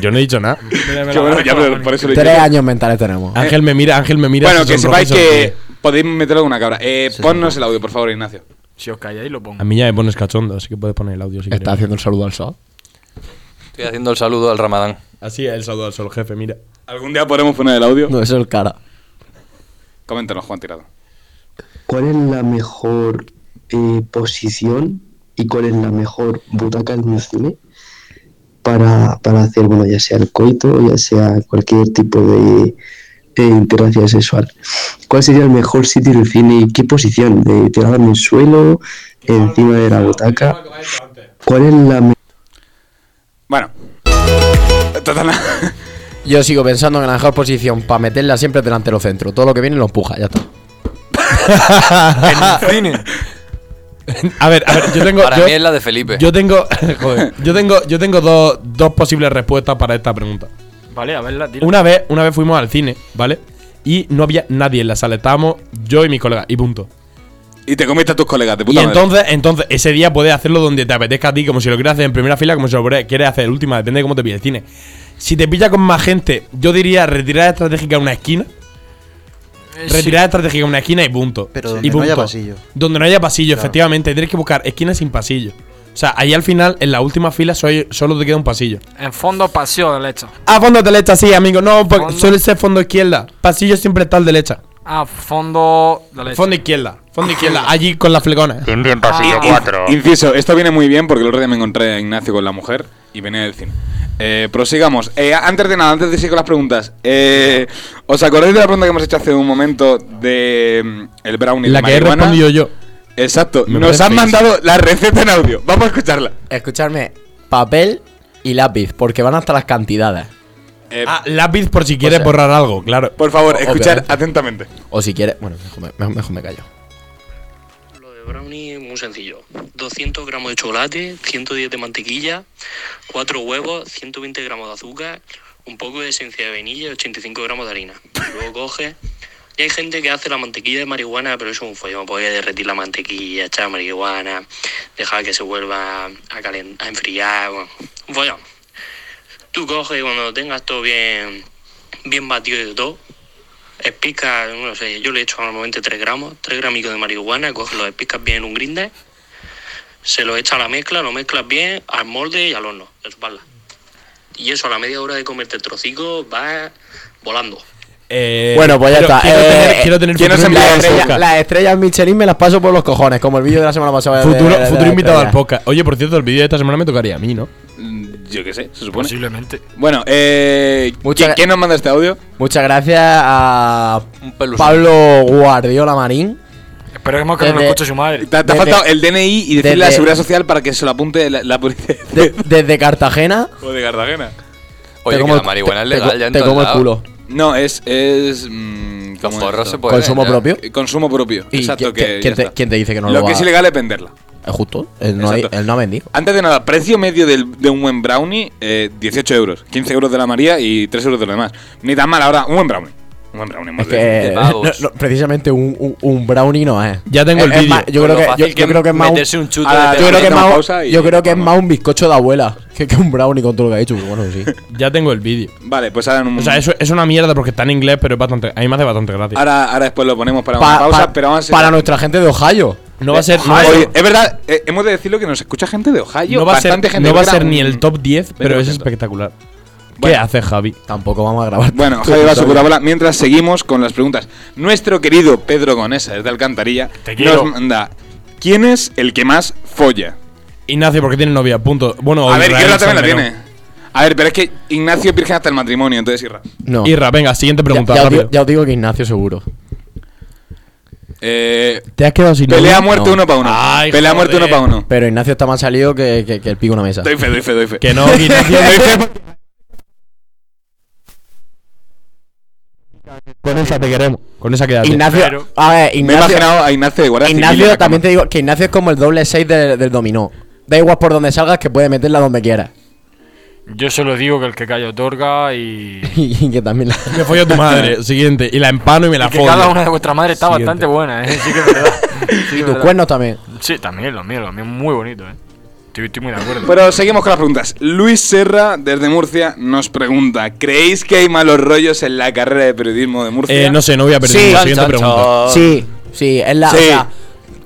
Yo no he dicho nada.
[laughs] que bueno, ya, pero por eso lo he
Tres
dicho.
años mentales tenemos.
[laughs] Ángel me mira, Ángel me mira.
Bueno,
se
que
sonroja
sepáis
y se
que
ríe.
podéis meterlo en una cabra. Eh, ponnos el audio, por favor, Ignacio.
Si os calláis lo pongo.
A mí ya me pones cachondo, así que puedes poner el audio si
Está
quieres.
haciendo el saludo al sol.
Estoy haciendo el saludo al Ramadán.
Así es el saludo al sol, jefe, mira.
¿Algún día podremos poner el audio?
No, eso es el cara.
Coméntanos, Juan Tirado.
¿Cuál es la mejor eh, posición y cuál es la mejor butaca en un cine para, para hacer, bueno, ya sea el coito, ya sea cualquier tipo de, de interacción sexual? ¿Cuál sería el mejor sitio del cine y qué posición? ¿De tirado en el suelo, encima de la butaca? ¿Cuál es la mejor?
Bueno. [laughs] Total.
Yo sigo pensando que la mejor posición para meterla siempre es delantero centro. Todo lo que viene lo empuja, ya está.
A ver, a ver, yo tengo.
Para
yo,
mí es la de Felipe.
yo tengo. [laughs] Joder. Yo tengo, yo tengo dos, dos posibles respuestas para esta pregunta.
Vale, a verla, tira.
Una vez, una vez fuimos al cine, ¿vale? Y no había nadie en la sala. Estábamos yo y mi colega, y punto.
Y te comiste a tus colegas, de
Y
puta madre.
entonces, entonces, ese día puedes hacerlo donde te apetezca a ti, como si lo quieres hacer en primera fila, como si lo pre- quieres hacer en última, depende de cómo te pille el cine. Si te pilla con más gente, yo diría retirar estratégica a una esquina.
Eh, sí.
Retirar estratégica a una esquina y punto.
Pero donde
Y
no haya
punto.
pasillo.
Donde no haya pasillo, efectivamente. Tienes que buscar esquinas sin pasillo. O sea, ahí al final, en la última fila, soy- solo te queda un pasillo.
En fondo paseo derecho.
Ah, fondo derecha, sí, amigo. No, porque
Fondo.
suele ser fondo izquierda. Pasillo siempre está al derecha.
Ah, fondo derecho.
Fondo Ah, izquierda. Fondo izquierda. Allí con las flecones.
pasillo
Ah, Inciso, esto viene muy bien porque el otro día me encontré a Ignacio con la mujer y venía del cine. Eh, prosigamos. Eh, antes de nada, antes de seguir con las preguntas, eh, ¿os acordáis de la pregunta que hemos hecho hace un momento de mm, el brownie
La
de
que he
marihuana?
respondido yo.
Exacto.
Me
Nos
parece
han
feísimo.
mandado la receta en audio. Vamos a escucharla.
Escucharme, papel y lápiz, porque van hasta las cantidades.
Eh, Pues,
Ah, lápiz por si quieres
sea,
borrar algo, claro.
por favor,
o-
escuchar
obviamente.
atentamente.
O si quieres, bueno, mejor me, mejor- mejor me callo.
Lo de brownie es muy sencillo. 200 gramos de chocolate, 110 de mantequilla, 4 huevos, 120 gramos de azúcar, un poco de esencia de vainilla y 85 gramos de harina. Luego coges... Y hay gente que hace la mantequilla de marihuana, pero eso es un follón. Podéis derretir la mantequilla, echar marihuana, dejar que se vuelva a, calen- a enfriar. Bueno, un follón. Tú coges y cuando lo tengas todo bien, bien batido y todo, Espica, no sé, yo le he hecho normalmente 3 gramos, 3 gramitos de marihuana, coge los espicas bien en un grinder, se lo echa a la mezcla, lo mezclas bien al molde y al horno, de espalda. Y eso a la media hora de comerte el trocico va volando.
Eh,
Bueno, pues ya
quiero-
está.
Quiero
Eh,
tener,
eh,
quiero tener
¿quién nos
futuro
envía
invitado
Las
estrella?
al
estrellas,
podcast.
las estrellas Michelin me las paso por los cojones, como el vídeo de la semana pasada. de-
Futuro,
de- de
futuro
las
invitado al
estrellas.
podcast. Oye, por cierto, el vídeo de esta semana me tocaría a mí, ¿no?
Mm, Yo qué sé, se supone.
Posiblemente.
Bueno, eh,
Mucha-
¿quién, quién nos manda este audio?
Muchas gracias a
Un pelusón.
Pablo Guardiola Marín.
Esperemos que
Eh,
no lo
Desde-
escuche su madre.
Te, te ha
Desde-
faltado el DNI y decirle a la
desde-
Seguridad Social para que se lo apunte la, la policía
[laughs]
de- desde Cartagena.
[laughs] o de Cartagena.
Oye,
Te
que
como-
la marihuana es
te-
legal
te-
ya en
te
todos
como el
lados.
culo.
No, es. es mm,
Los
¿cómo
porros
es
se
esto? Eh,
pueden.
Consumo
ya.
propio.
Consumo propio.
¿Y
Exacto.
quién-
que
quién
ya
te-
está.
quién te dice que no
lo
lo
que
va
es
a-
ilegal es venderla.
Es justo, él no, ha-
Exacto.
él no ha vendido.
Antes de nada, precio medio del- de un buen brownie: eh, 18 euros. 15 euros de la María y 3 euros de lo demás. Ni tan mal ahora, un buen brownie. Un buen brownie,
Es
hemos de
que
de
no-
pavos.
no, precisamente un, un- un brownie no es.
eh, Ya tengo
Es-
el
es
vídeo.
más, Yo
Con
creo
lo
que- yo-
fácil
yo creo que es más un-
Meterse un chute
Ah,
de
yo creo que es
Hacemos
más,
pausa y
yo creo que es
vamos.
más un bizcocho de abuela que, que un brownie con todo lo que ha hecho. Bueno, sí.
Ya tengo el vídeo.
decir. Vale, pues ahora en un.
O sea, eso es una mierda porque está en inglés, pero es bastante. A mí me hace bastante gracia.
ahora, ahora después lo ponemos para
Pa-
una pausa,
pa-
pero vamos a
para nuestra gente de Ohio.
no va a ser. No va a
eh, Oye,
ser-
es verdad, eh, hemos de decirlo que nos escucha gente de Ohio.
no va a ser,
bastante gente
no va a
creo que
ser
era
ni
un-
el top 10, pero es
20%.
espectacular. ¿Qué
Bueno.
hace Javi?
Tampoco vamos a grabar.
Bueno,
tanto
Javi va a su
episodio.
puta bola. Mientras seguimos con las preguntas. Nuestro querido Pedro Gonesa, es de Alcantarilla,
quiero.
nos manda: ¿Quién es el que más folla?
Ignacio, porque tiene novia, punto. Bueno,
a ver,
Israel
¿qué hora también la
San
tiene?
Menón.
A ver, pero es que Ignacio es virgen hasta el matrimonio, entonces Irra.
[laughs] No.
Irra, venga, siguiente pregunta,
Ya, ya os
rápido.
digo- ya os digo que Ignacio seguro.
Eh,
¿Te has quedado sin
pelea a
novia?
muerte
No.
uno para uno. pelea a muerte uno para uno.
Pero Ignacio está más salido que, que- que el pico en una mesa. [laughs]
Doy fe, doy fe, doy fe.
Que no, Ignacio.
Doy fe porque-
Con esa te queremos. Con esa quédate.
Ignacio, a ver,
Me he
Ignacio,
imaginado a Ignacio de guardia civil en
Ignacio
la
también te
cama.
digo que Ignacio es como el doble 6 del, del dominó. Da igual por donde salgas que puede meterla donde quiera. [laughs]
Yo solo digo que el que calla otorga y.
Y, que también la...
[laughs] Me follo a tu
[laughs]
madre. Siguiente. Y la empano y me la
y que
follo. Eh,
cada una de vuestras madres está
Siguiente.
bastante buena, ¿eh? Sí, que es
[laughs]
verdad. Sí, que
Y
es
tus
verdad.
cuernos también.
Sí, también los míos, los míos muy bonitos, ¿eh? Estoy, estoy muy de acuerdo.
Pero seguimos con las preguntas. Luis Serra, desde Murcia, nos pregunta: ¿Creéis que hay malos rollos en la carrera de periodismo de Murcia?
Eh, no sé, no voy a perder.
Sí.
la
Chan,
siguiente
chan,
pregunta.
Sí, sí, es la. o
Sí.
sea,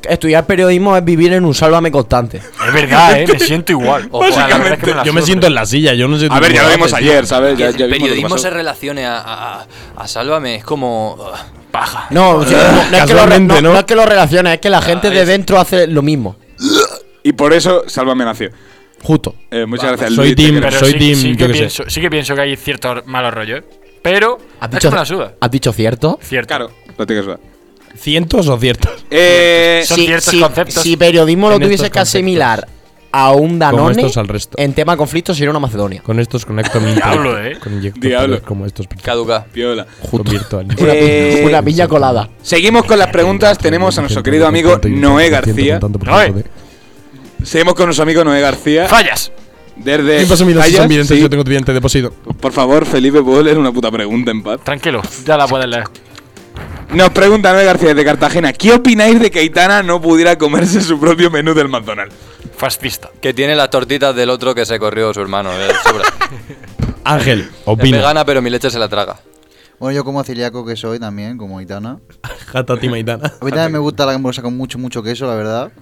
estudiar periodismo es vivir en un sálvame constante.
Es verdad, ¿eh? Me siento
[laughs]
igual. O sea, la verdad es que la
Yo me
sube.
siento en la silla, yo no sé.
A ver, ya lo vimos ayer, ¿sabes?
Que
Ya,
el
ya vimos lo que
periodismo
pasó.
se relacione a, a, a- a Sálvame, es como. uh,
Paja.
No, o sea, no, no es que lo re-
[laughs] Casualmente,
no-
¿no?
no es que lo relaciones, es que la gente de dentro hace lo mismo.
Y por eso, Sálvame nació.
Justo.
Eh, muchas gracias,
soy
Luis. te
team-
queremos.
Pero
soy
sí,
team,
sí
yo
que
qué sé.
pienso, sí que pienso que hay ciertos malos rollos, ¿eh? pero
¿Has
es que
dicho,
me la suda.
¿Has dicho cierto?
Cierto.
Claro, lo tienes que saber.
¿Cientos o ciertos?
Eh,
Son ciertos conceptos.
Si periodismo lo
En estos
tuviese que
conceptos.
asimilar a un Danone
estos al resto.
en tema conflictos sería una Macedonia.
Con estos conecto mi
Diablo,
internet,
eh.
Con inyecto
Diablo.
pelos Como estos pinchos.
caduca.
piola.
Con virtual. [laughs]
Una,
Eh,
pi- una piña colada.
Seguimos con las preguntas. Tenemos a nuestro querido amigo Noé García.
Noé.
Seguimos con nuestro amigo Noé García.
Fallas.
Desde.
¿Qué pasa, mira? Si
Fallas,
son videntes,
eh, sí.
yo tengo tu diente de Poseidón.
Por favor, Felipe, ¿puedo leer una puta pregunta en paz?
Tranquilo, ya la puedes leer.
Nos pregunta Noé García desde Cartagena: ¿Qué opináis de que Aitana no pudiera comerse su propio menú del McDonald's?
Fascista.
Que tiene las tortitas del otro que se corrió su hermano. eh,
[laughs]
sobra.
[laughs] Ángel,
Es
opina.
vegana, pero mi leche se la traga.
Bueno, yo como celíaco que soy también, como Itana.
Jata timaitana.
A mí también me gusta la hamburguesa con mucho, mucho queso, la verdad.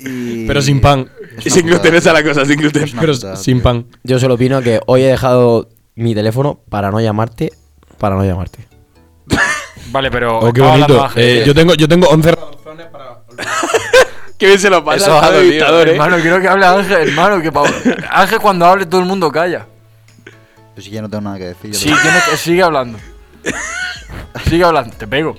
Y-
Pero sin pan.
Es
Y
una
sin gluten,
putada.
esa es la cosa, sin gluten.
una
Pero
putada,
sin
tío.
pan.
Yo solo opino que hoy he dejado mi teléfono para no llamarte, para no llamarte.
Vale, pero.
Oh, qué
estaba hablando
bonito.
Ángel.
Eh, yo tengo, yo tengo 11
Qué bien se lo [laughs] pasa.
Eso
al
ha dolido,
dictador, ¿eh?
Hermano, quiero que hable Ángel, hermano, que pa- Ángel cuando hable todo el mundo calla.
Yo sí que no tengo nada que decir. yo
Sí,
lo-
tiene que- sigue hablando. Sigue hablando, te pego.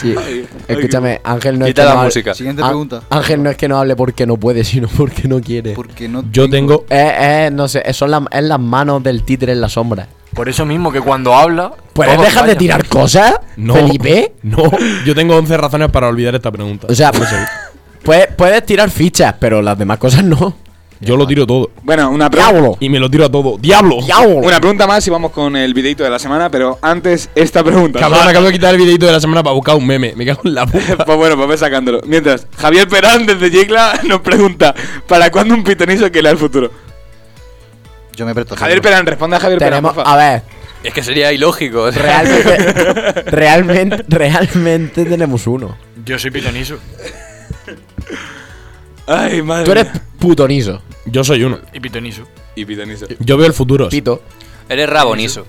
Sí.
[laughs]
Escúchame, Ángel no
Quita
es que
la
no hable-
música.
Siguiente
Á-
pregunta.
Ángel no es que no hable porque no puede, sino porque no quiere.
Porque no
Yo tengo.
Eh, eh, no sé, eh, son las- es las manos del títere en la sombra.
Por eso mismo que cuando habla.
¿Puedes
todos
dejar Pues de
callan.
tirar cosas,
No.
Felipe?
No. Yo tengo 11 razones para olvidar esta pregunta.
O sea, puedes, puedes tirar fichas, pero las demás cosas no.
Yo lo tiro todo.
Bueno, una pregunta.
¡Diablo!
Y me lo tiro a todo. ¡Diablo!
¡Diablo!
Una pregunta más y vamos con el videito de la semana, pero antes esta pregunta.
Cabrón, acabo de quitar el videito de la semana para buscar un meme. Me cago en la puta.
[laughs] Pues bueno, pues ve sacándolo. Mientras, Javier Perán desde Yecla nos pregunta: ¿Para cuándo un pitonizo que lea el futuro?
Yo me presto.
Javier Perán, responde a Javier Perán.
Tenemos,
porfa.
a ver,
Es que sería ilógico. [laughs] o sea.
realmente, [laughs] realmente, realmente tenemos uno.
Yo soy pitoniso.
Ay, madre.
Tú eres
mía.
putoniso,
Yo soy uno.
Y pitoniso.
Y pitonizo.
Yo veo el futuro.
pito.
Eres rabonizo.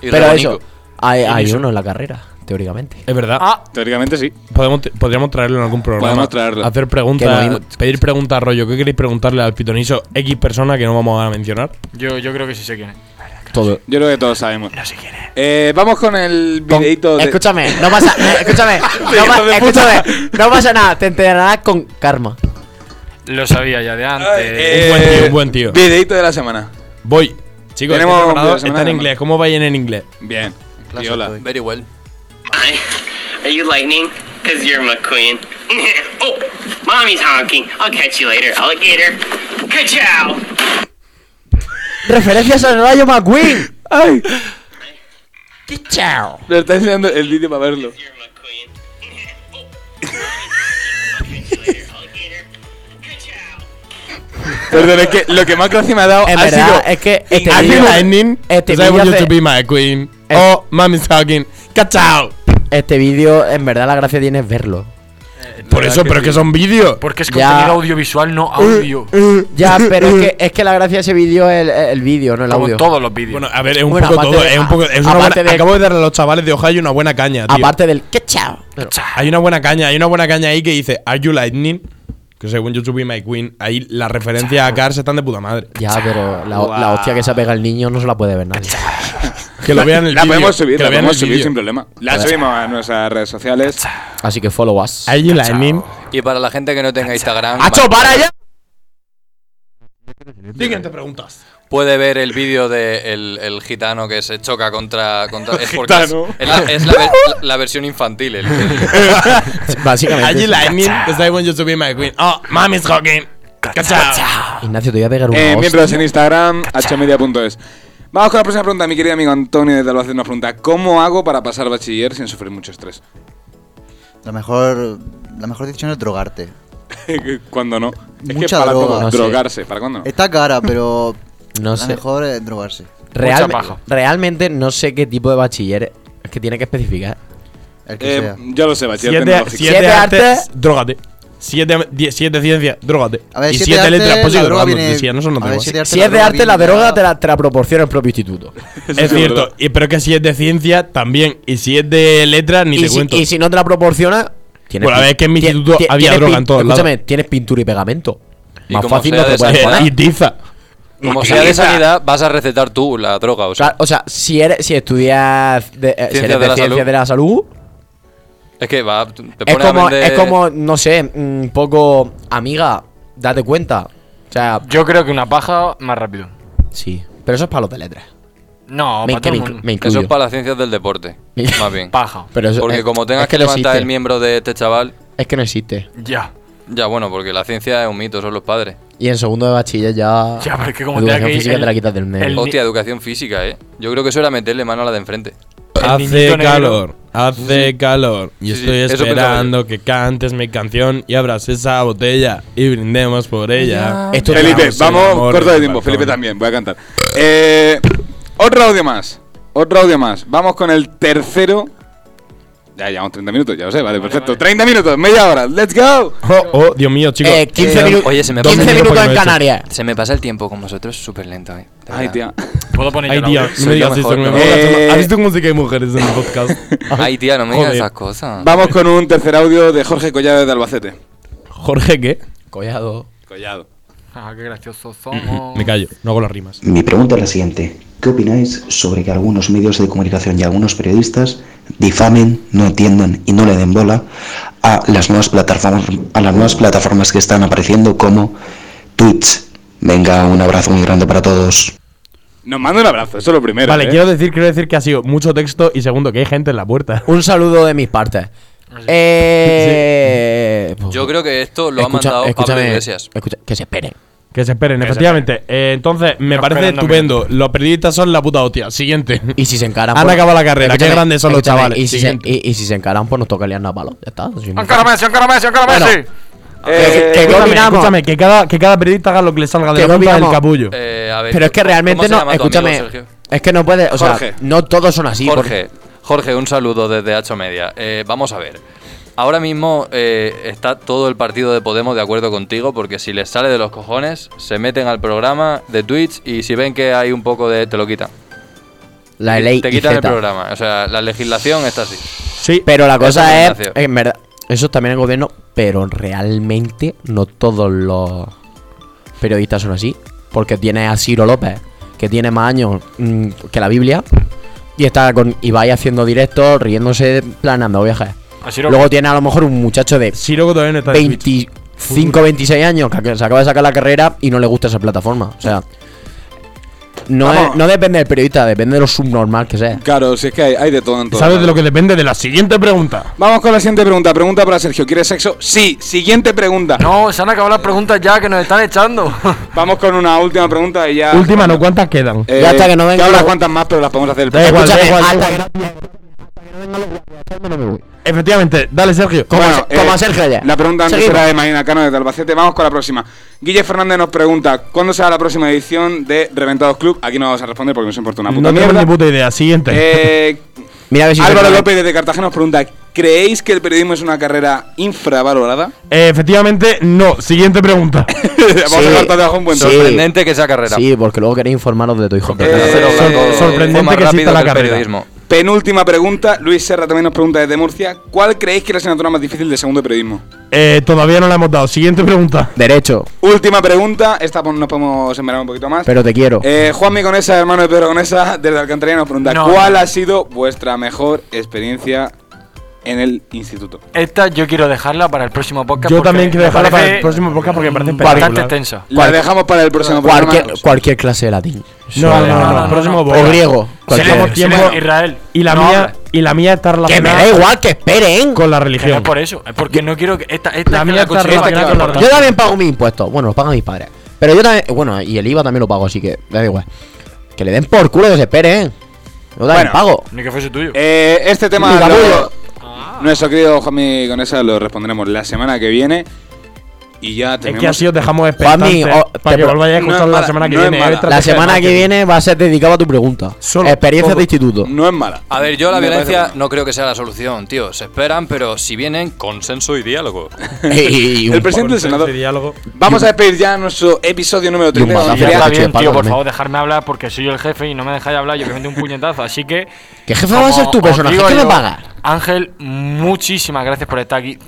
Y
Pero
rabonico.
eso, hay, hay uno en la carrera, teóricamente.
Es verdad.
Ah,
Teóricamente sí.
Podemos, podríamos traerlo en algún programa.
Podemos traerlo.
Hacer
Que lo
preguntas,
mismo-
pedir preguntas, rollo. ¿Qué queréis preguntarle al pitoniso X persona que no vamos a mencionar?
yo, yo creo que sí sé quién es.
Todo.
Yo creo que todos sabemos.
No sé quién es.
Eh, vamos con el
Con-
videito de.
Escúchame, no pasa, eh, escúchame, no,
Hijo
pa-
de puta.
escúchame, no pasa nada, te enterarás con karma.
Lo sabía ya de antes.
Ay, eh,
buen tío, un buen tío.
Videito de la semana.
Voy. Chicos,
Tenemos
estoy preparado,
dos semanas
está en
de
inglés. ¿Cómo vayan en inglés?
Bien.
Clase
Viola.
estoy.
Very well.
Are you lightning? Cause you're McQueen. oh, mommy's honking. I'll catch you later, alligator. Ka-chow!
Referencias al Rayo McQueen.
Ay,
Chao.
le está enseñando el vídeo para verlo.
You're McQueen. oh,
Perdón, es que lo que más gracia me ha dado
En
ha
verdad,
sido.
es que este
Are you
vídeo-
lightning?
este
Because I want
vídeo
you to
hace-
be my queen.
Eh.
Oh, mommy's talking. ¡Cachao!
Este vídeo, en verdad, la gracia tiene es verlo.
Por eso, pero que son vídeos.
Porque es
Ya. Eh,
contenido audiovisual, no audio.
Ya, pero es que, es que la gracia de ese vídeo es el, el vídeo, no el
Como
audio.
todos los vídeos.
Bueno, a ver, es un
Bueno,
poco
aparte
todo.
de-
es un poco, es una
aparte
buena-
de-
acabo de darle a los chavales de Ohio una buena caña, tío.
Aparte del que chao. Pero-
Hay una buena caña, hay una buena caña ahí que dice, ¿Are you lightning? Que según yo subí My Queen, ahí la referencia a Cars están de puta madre.
Ya, pero la, la hostia que se pega el niño no se la puede ver nadie.
Que lo vean en el
La
vídeo,
podemos subir,
que
la
lo vean en
podemos
el
subir
vídeo.
sin problema. La
Vale.
subimos a nuestras redes sociales.
Así que follow us.
Ahí la Enim.
Y para la gente que no tenga Instagram,
¡Acho,
va-
para allá! Siguiente preguntas.
puede ver el vídeo del el gitano que se choca contra. contra es porque
Gitano.
Es, es la, es la
[laughs]
ver- la- la versión infantil. el- el-
Básicamente.
Allí
sí.
la pues Enim está when you to be my queen.
ah,
Oh, mami's talking. Cachao.
Ignacio, te voy a pegar una
Eh,
hostia.
miembros en Instagram, hmedia.es. Vamos con la próxima pregunta. Mi querido amigo Antonio de Albacete nos pregunta: ¿Cómo hago para pasar bachiller sin sufrir mucho estrés? [laughs]
La mejor, la mejor decisión es drogarte.
¿Cuándo no? es que
Mucha
para
droga.
todo,
No sé. Este
drogarse. ¿Para cuándo no?
Está cara, pero
[laughs] No
la
sé.
mejor es drogarse.
Realme-
Mucha paja.
Realmente no sé qué tipo de bachiller es que tiene que especificar.
El que
Eh,
sea.
yo lo sé, bachiller
Siete,
tecnológico.
siete
Siete
artes,
artes.
drógate. Siete, die- siete ciencias, drógate.
A ver,
y
siete
siete
artes,
letras, pues
la
sigue
droga
drogando.
viene-
Decía, no son
a ver,
iguales.
siete artes,
Si es de arte, la
viene
droga te la, te la proporciona el propio instituto.
Eso [laughs]
Es
sí
cierto,
verdad.
y, pero que si es de ciencia también, y si es de letras, ni
y,
te
si,
cuento.
y si no te la proporciona, tienes.
Bueno, a ver, es que en mi
ti-
instituto
ti-
había
tienes
droga
pin-
en todos lados.
Escúchame, tienes pintura y pegamento.
Y
Más
como
fácil
sea
no te
de
puedes
esa-
poner.
y tiza.
Como sea de sanidad, vas a recetar tú la droga. O sea,
Claro, o sea, si eres, si estudias de, eh, si
Ciencias de
eres de
la
ciencias
salud.
de la salud,
es que va. Te
es
pone a
como,
vender-
es como, no sé, un poco amiga, date cuenta. O sea,
Yo creo que una paja más rápido.
sí. Pero eso es para los de letras.
No,
me,
para
que
todo
me
el
inclu-
mundo.
me
Eso
incluyo.
es para las ciencias del
[laughs]
deporte. más bien.
Paja.
Pero eso-
Porque
es-
como
es
tengas que,
no
levantar
existe.
el miembro de este chaval,
Es que no existe.
Ya.
ya bueno, porque la ciencia es un mito, son los padres.
Y en segundo de bachiller ya.
Ya, pero es que como
educación
tenga que ir
física
el-
te la quitas del medio.
el-
Hostia, educación física, eh. Yo creo que eso era meterle mano a la de enfrente.
Hace
niñito negro.
calor, hace calor. Y
Sí, sí,
estoy
eso pensaba
esperando que cantes mi canción y abras esa botella y brindemos por ella.
Esto-
Felipe,
Veamos el
vamos
amor
corto de
del
tiempo.
balcón.
Felipe también, voy a cantar. Eh, otro audio más. Otro audio más. Vamos con el tercero. Ya llevamos 30 minutos, ya lo sé, vale, perfecto. 30 minutos, media hora, let's go.
Oh, oh, Dios mío, chicos.
Eh, 15,
eh,
minu-
oye, se me
15
pasa-
minutos
Porque no
en
he hecho.
Canarias.
Se me pasa el tiempo con vosotros súper lento, eh. De
Ay,
verdad.
tía.
Puedo poner
Ay,
yo la
tío,
voz?
no me
Soy yo
digas esto.
mejor,
que me
¿no?
voy a gastar la-
Eh,
¿Has visto cómo se caen mujeres en el
[laughs]
podcast?
Ay, tía, no me digas
Joder.
esas cosas.
Vamos con un tercer audio de Jorge Collado de Albacete.
Jorge, ¿qué?
Collado.
Collado.
Ah, qué graciosos somos.
Me callo, no hago las rimas.
Mi pregunta es la siguiente. ¿Qué opináis sobre que algunos medios de comunicación y algunos periodistas difamen, no entiendan y no le den bola a las nuevas plataformas, a las nuevas plataformas que están apareciendo como Twitch? Venga, un abrazo muy grande para todos.
Nos manda un abrazo, eso es lo primero.
Vale,
eh.
quiero decir, quiero decir que ha sido mucho texto y segundo, que hay gente en la puerta.
Un saludo de mis partes.
Ah,
Eh,
Yo creo que esto lo
Escucha-
ha mandado Pablo
escúchame,
Iglesias.
escucha- que se esperen.
Que se esperen, efectivamente. Eh, entonces, me
Nos
parece
quedan dos
estupendo. Los periodistas son la puta hostia. Siguiente.
Y si se encaran.
Han
por-
acabado la carrera, qué
Escúchame,
grandes son los
escúchame,
chavales.
Y si, se,
Siguiente.
y, y si se encaran, pues nos toca liarnos a palos. Ya está. eso es muy
¡Ancora
fácil.
Messi, ancora Messi, ancora Messi!
Eh, ¿qué
Escúchame,
opinamos?
escúchame, que cada, que cada periodista haga lo que le salga de
¿Qué
la punta del
opinamos?
capullo.
Eh, a ver,
Pero es que
¿cómo-
realmente
cómo se
no.
llama tu amigo,
Escúchame.
Sergio?
Es que no puede. O sea,
Jorge.
no todos son así. porque-
Jorge, Jorge, un saludo desde Hacho Media. Eh, vamos a ver. Ahora mismo eh, está todo el partido de Podemos de acuerdo contigo, porque si les sale de los cojones, se meten al programa de Twitch y si ven que hay un poco de. te lo quitan.
la ley.
te quitan el
IZ.
programa. O sea, la legislación está así.
Sí,
Pero la cosa
también,
es,
Ignacio.
en verdad, eso también el gobierno, pero realmente no todos los periodistas son así. Porque tiene a Ciro López, que tiene más años mm, que la Biblia, y está con Ibai haciendo directos, riéndose, planando viajes.
Así lo-
Luego tiene a lo mejor un muchacho de
Siroco todavía no está en Twitch.
25, 26 años que se acaba de sacar la carrera y no le gusta esa plataforma. O sea, no, es- no depende del periodista, depende de lo subnormal que sea.
Claro, si es que hay, hay de todo en todo.
¿Sabes de lo que depende de la siguiente pregunta?
Vamos con la siguiente pregunta. Pregunta para Sergio. ¿Quieres sexo? Sí. Siguiente pregunta.
No, se han acabado las preguntas ya que nos están echando.
Vamos con una última pregunta y ya.
Última, no, ¿cuántas quedan?
Eh,
Ya hasta que no venga-
habrá cuantas más, pero las podemos hacer. el
Da igual,
Escúchame,
da igual.
hasta que no-
Efectivamente, dale, Sergio.
Como
Bueno, eh,
a Se- como a Sergio ya.
La pregunta antes
Seguimos.
era de Marina Cano de Albacete. Vamos con la próxima. Guille Fernández nos pregunta: ¿Cuándo será la próxima edición de Reventados Club? Aquí no vamos a responder porque nos importa una puta
No tengo
mierda.
ni puta idea. Siguiente.
Eh,
Mira a ver si se
Álvaro
me-
López desde Cartagena nos pregunta: ¿Creéis que el periodismo es una carrera
[laughs]
infravalorada?
Eh, efectivamente, no. Siguiente pregunta.
vamos
Sí.
a cortar de abajo un buen
Sí.
trozo.
Sorprendente que esa carrera.
Sí, porque luego queréis informaros de tu hijo.
Eh,
Pero,
sor-
eh,
sorprendente
fue más
que exista
rápido
la
el
carrera.
periodismo.
Penúltima pregunta. Luis Serra también nos pregunta desde Murcia. ¿Cuál creéis que es la asignatura más difícil de segundo de periodismo?
Eh, todavía no la hemos dado. Siguiente pregunta.
Derecho.
Última pregunta. Esta pon- nos podemos enverar un poquito más.
Pero te quiero.
Eh, Juanmi Conesa, hermano de Pedro Conesa, desde Alcantarilla nos pregunta
No.
¿Cuál ha sido vuestra mejor experiencia en el instituto?
Esta yo quiero dejarla para el próximo podcast.
Yo
porque
también quiero
me
dejarla para
parece
el próximo podcast porque me parece
Bastante
espectacular.
tensa.
La dejamos para el próximo
Cualquier,
programa.
cualquier clase de latín.
No, no, no, no, próximo
O
podcast.
griego. Cualquier.
Tenemos tiempo.
Israel.
Y la
no
mía,
habla.
y la mía está
Que me
relacionada.
da igual que esperen.
Con la
Que no es
religión.
por eso, es porque no quiero que esta, esta
La
es que
mía está
considero
relacionada
que
con la
importa.
Yo también pago mis impuestos. Bueno, los pagan mis padres. Pero yo también. Bueno, y el IVA también lo pago, así que da igual. Que le den por culo que se esperen. Yo también
Bueno.
pago.
Ni que fuese tuyo.
Eh, este tema
Mira,
lo-
Pablo.
nuestro querido Juanmi Conesa lo responderemos la semana que viene y ya
Es
tenemos...
que así os dejamos
Juanmi,
expectantes
oh,
para
te
que
pro-
volváis a
no es
escuchar
mala,
la semana que
no es
viene.
mala.
La
Es estrategia de
semana que
marketing.
viene va a ser dedicado a tu pregunta.
Solo-
Experiencias
todo.
de instituto.
No es mala.
A ver, yo la
Me parece
violencia
buena.
no creo que sea la solución, tío. Se esperan, pero si vienen, consenso y diálogo.
Y- y- y un
El presidente del Senado.
Ese diálogo.
Vamos a despedir ya nuestro episodio número
Y un
30.
mazazo.
Ya está
Coche,
bien,
Paco,
tío, por
también.
favor, dejarme hablar porque soy yo el jefe y no me dejáis hablar, yo que me meto un puñetazo. Así que.
¿Qué jefe va a ser tu
os
personaje?
digo
¿Qué me
yo,
pagas?
Ángel, muchísimas gracias por estar aquí.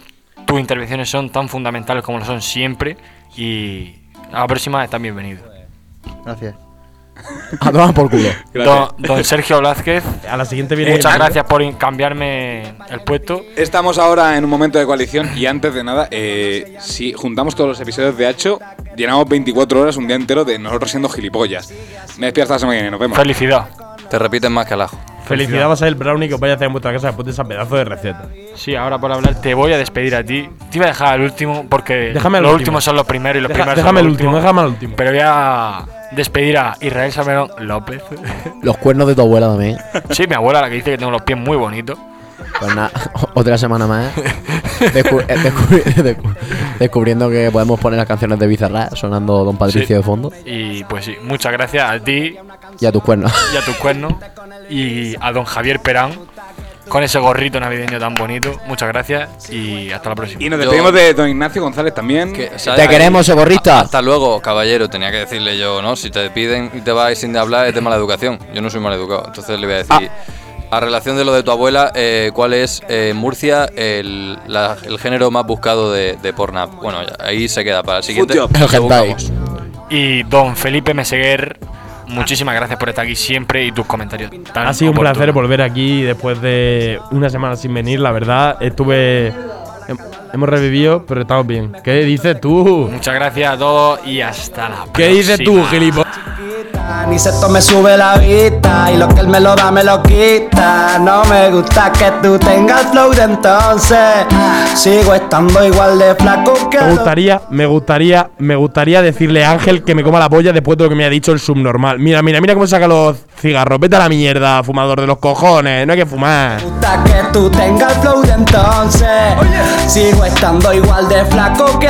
Tus intervenciones son tan fundamentales como lo son siempre. Y a la próxima están bienvenidos.
Gracias.
A tomar por culo.
Don, don Sergio Blázquez,
A la siguiente viene.
muchas gracias por in- cambiarme el puesto.
Estamos ahora en un momento de coalición y antes de nada, eh, si juntamos todos los episodios de Hacho, llenamos 24 horas, un día entero de nosotros siendo gilipollas. Me despierto la semana que viene, nos vemos.
Felicidad.
[laughs] Te repiten más que alajo.
Felicidad va a ser el brownie que os vaya a hacer en vuestra casa después de esa pedazo de receta.
Sí, ahora por hablar te voy a despedir a ti. Te iba a dejar al último porque
Déjame al
los
último.
últimos son los primeros y los
Deja-
primeros
déjame
son
el
los
último,
últimos.
déjame el último.
Pero voy a despedir a Israel Salmerón
[laughs]
López.
Los cuernos de tu abuela también.
sí, mi abuela, la que dice que tengo los pies muy bonitos.
Pues nada, [laughs] otra semana más. Descu- eh, descubri- [laughs] descu- descubriendo que podemos poner las canciones de Bizarra sonando Don Patricio
Sí.
de fondo.
Y pues sí, muchas gracias a ti
Y a tus cuernos.
y a tus cuernos y a don Javier Perán con ese gorrito navideño tan bonito. Muchas gracias y hasta la próxima.
Y nos
Yo-
despedimos de don Ignacio González también.
Que, ¿sabes?
Te queremos, eh,
Ah,
seborrista.
Hasta luego, caballero. Tenía que decirle yo, ¿no? Si te piden y te vais sin hablar es de mala educación. Yo no soy mal educado. Entonces le voy a decir. A relación de lo de tu abuela, eh, ¿cuál es eh, en Murcia el, la- el género más buscado de, de Pornhub? Bueno, ya, ahí se queda para el siguiente.
Food job.
El
lo
hentai.
buscamos.
Y don Felipe Meseguer, muchísimas gracias por estar aquí siempre y tus comentarios. Tan
Ha sido un
oportunos.
placer volver aquí después de una semana sin venir, la verdad. Estuve. hem- Hemos revivido, pero estamos bien. ¿Qué dices tú?
Muchas gracias a todos y hasta la próxima.
¿Qué dices tú, gilipollas?
Ni sexto me sube la vista y lo que él me lo da me lo quita. No me gusta que tú tengas flow de entonces. Sigo estando igual de flaco que
Me
los
gustaría, me gustaría, me gustaría decirle a Ángel que me coma la polla después de lo que me ha dicho el subnormal. Mira, mira, mira cómo saca los cigarros. Vete a la mierda, fumador de los cojones. No hay que fumar.
gusta que tú tengas flow de entonces. Sigo estando igual de flaco que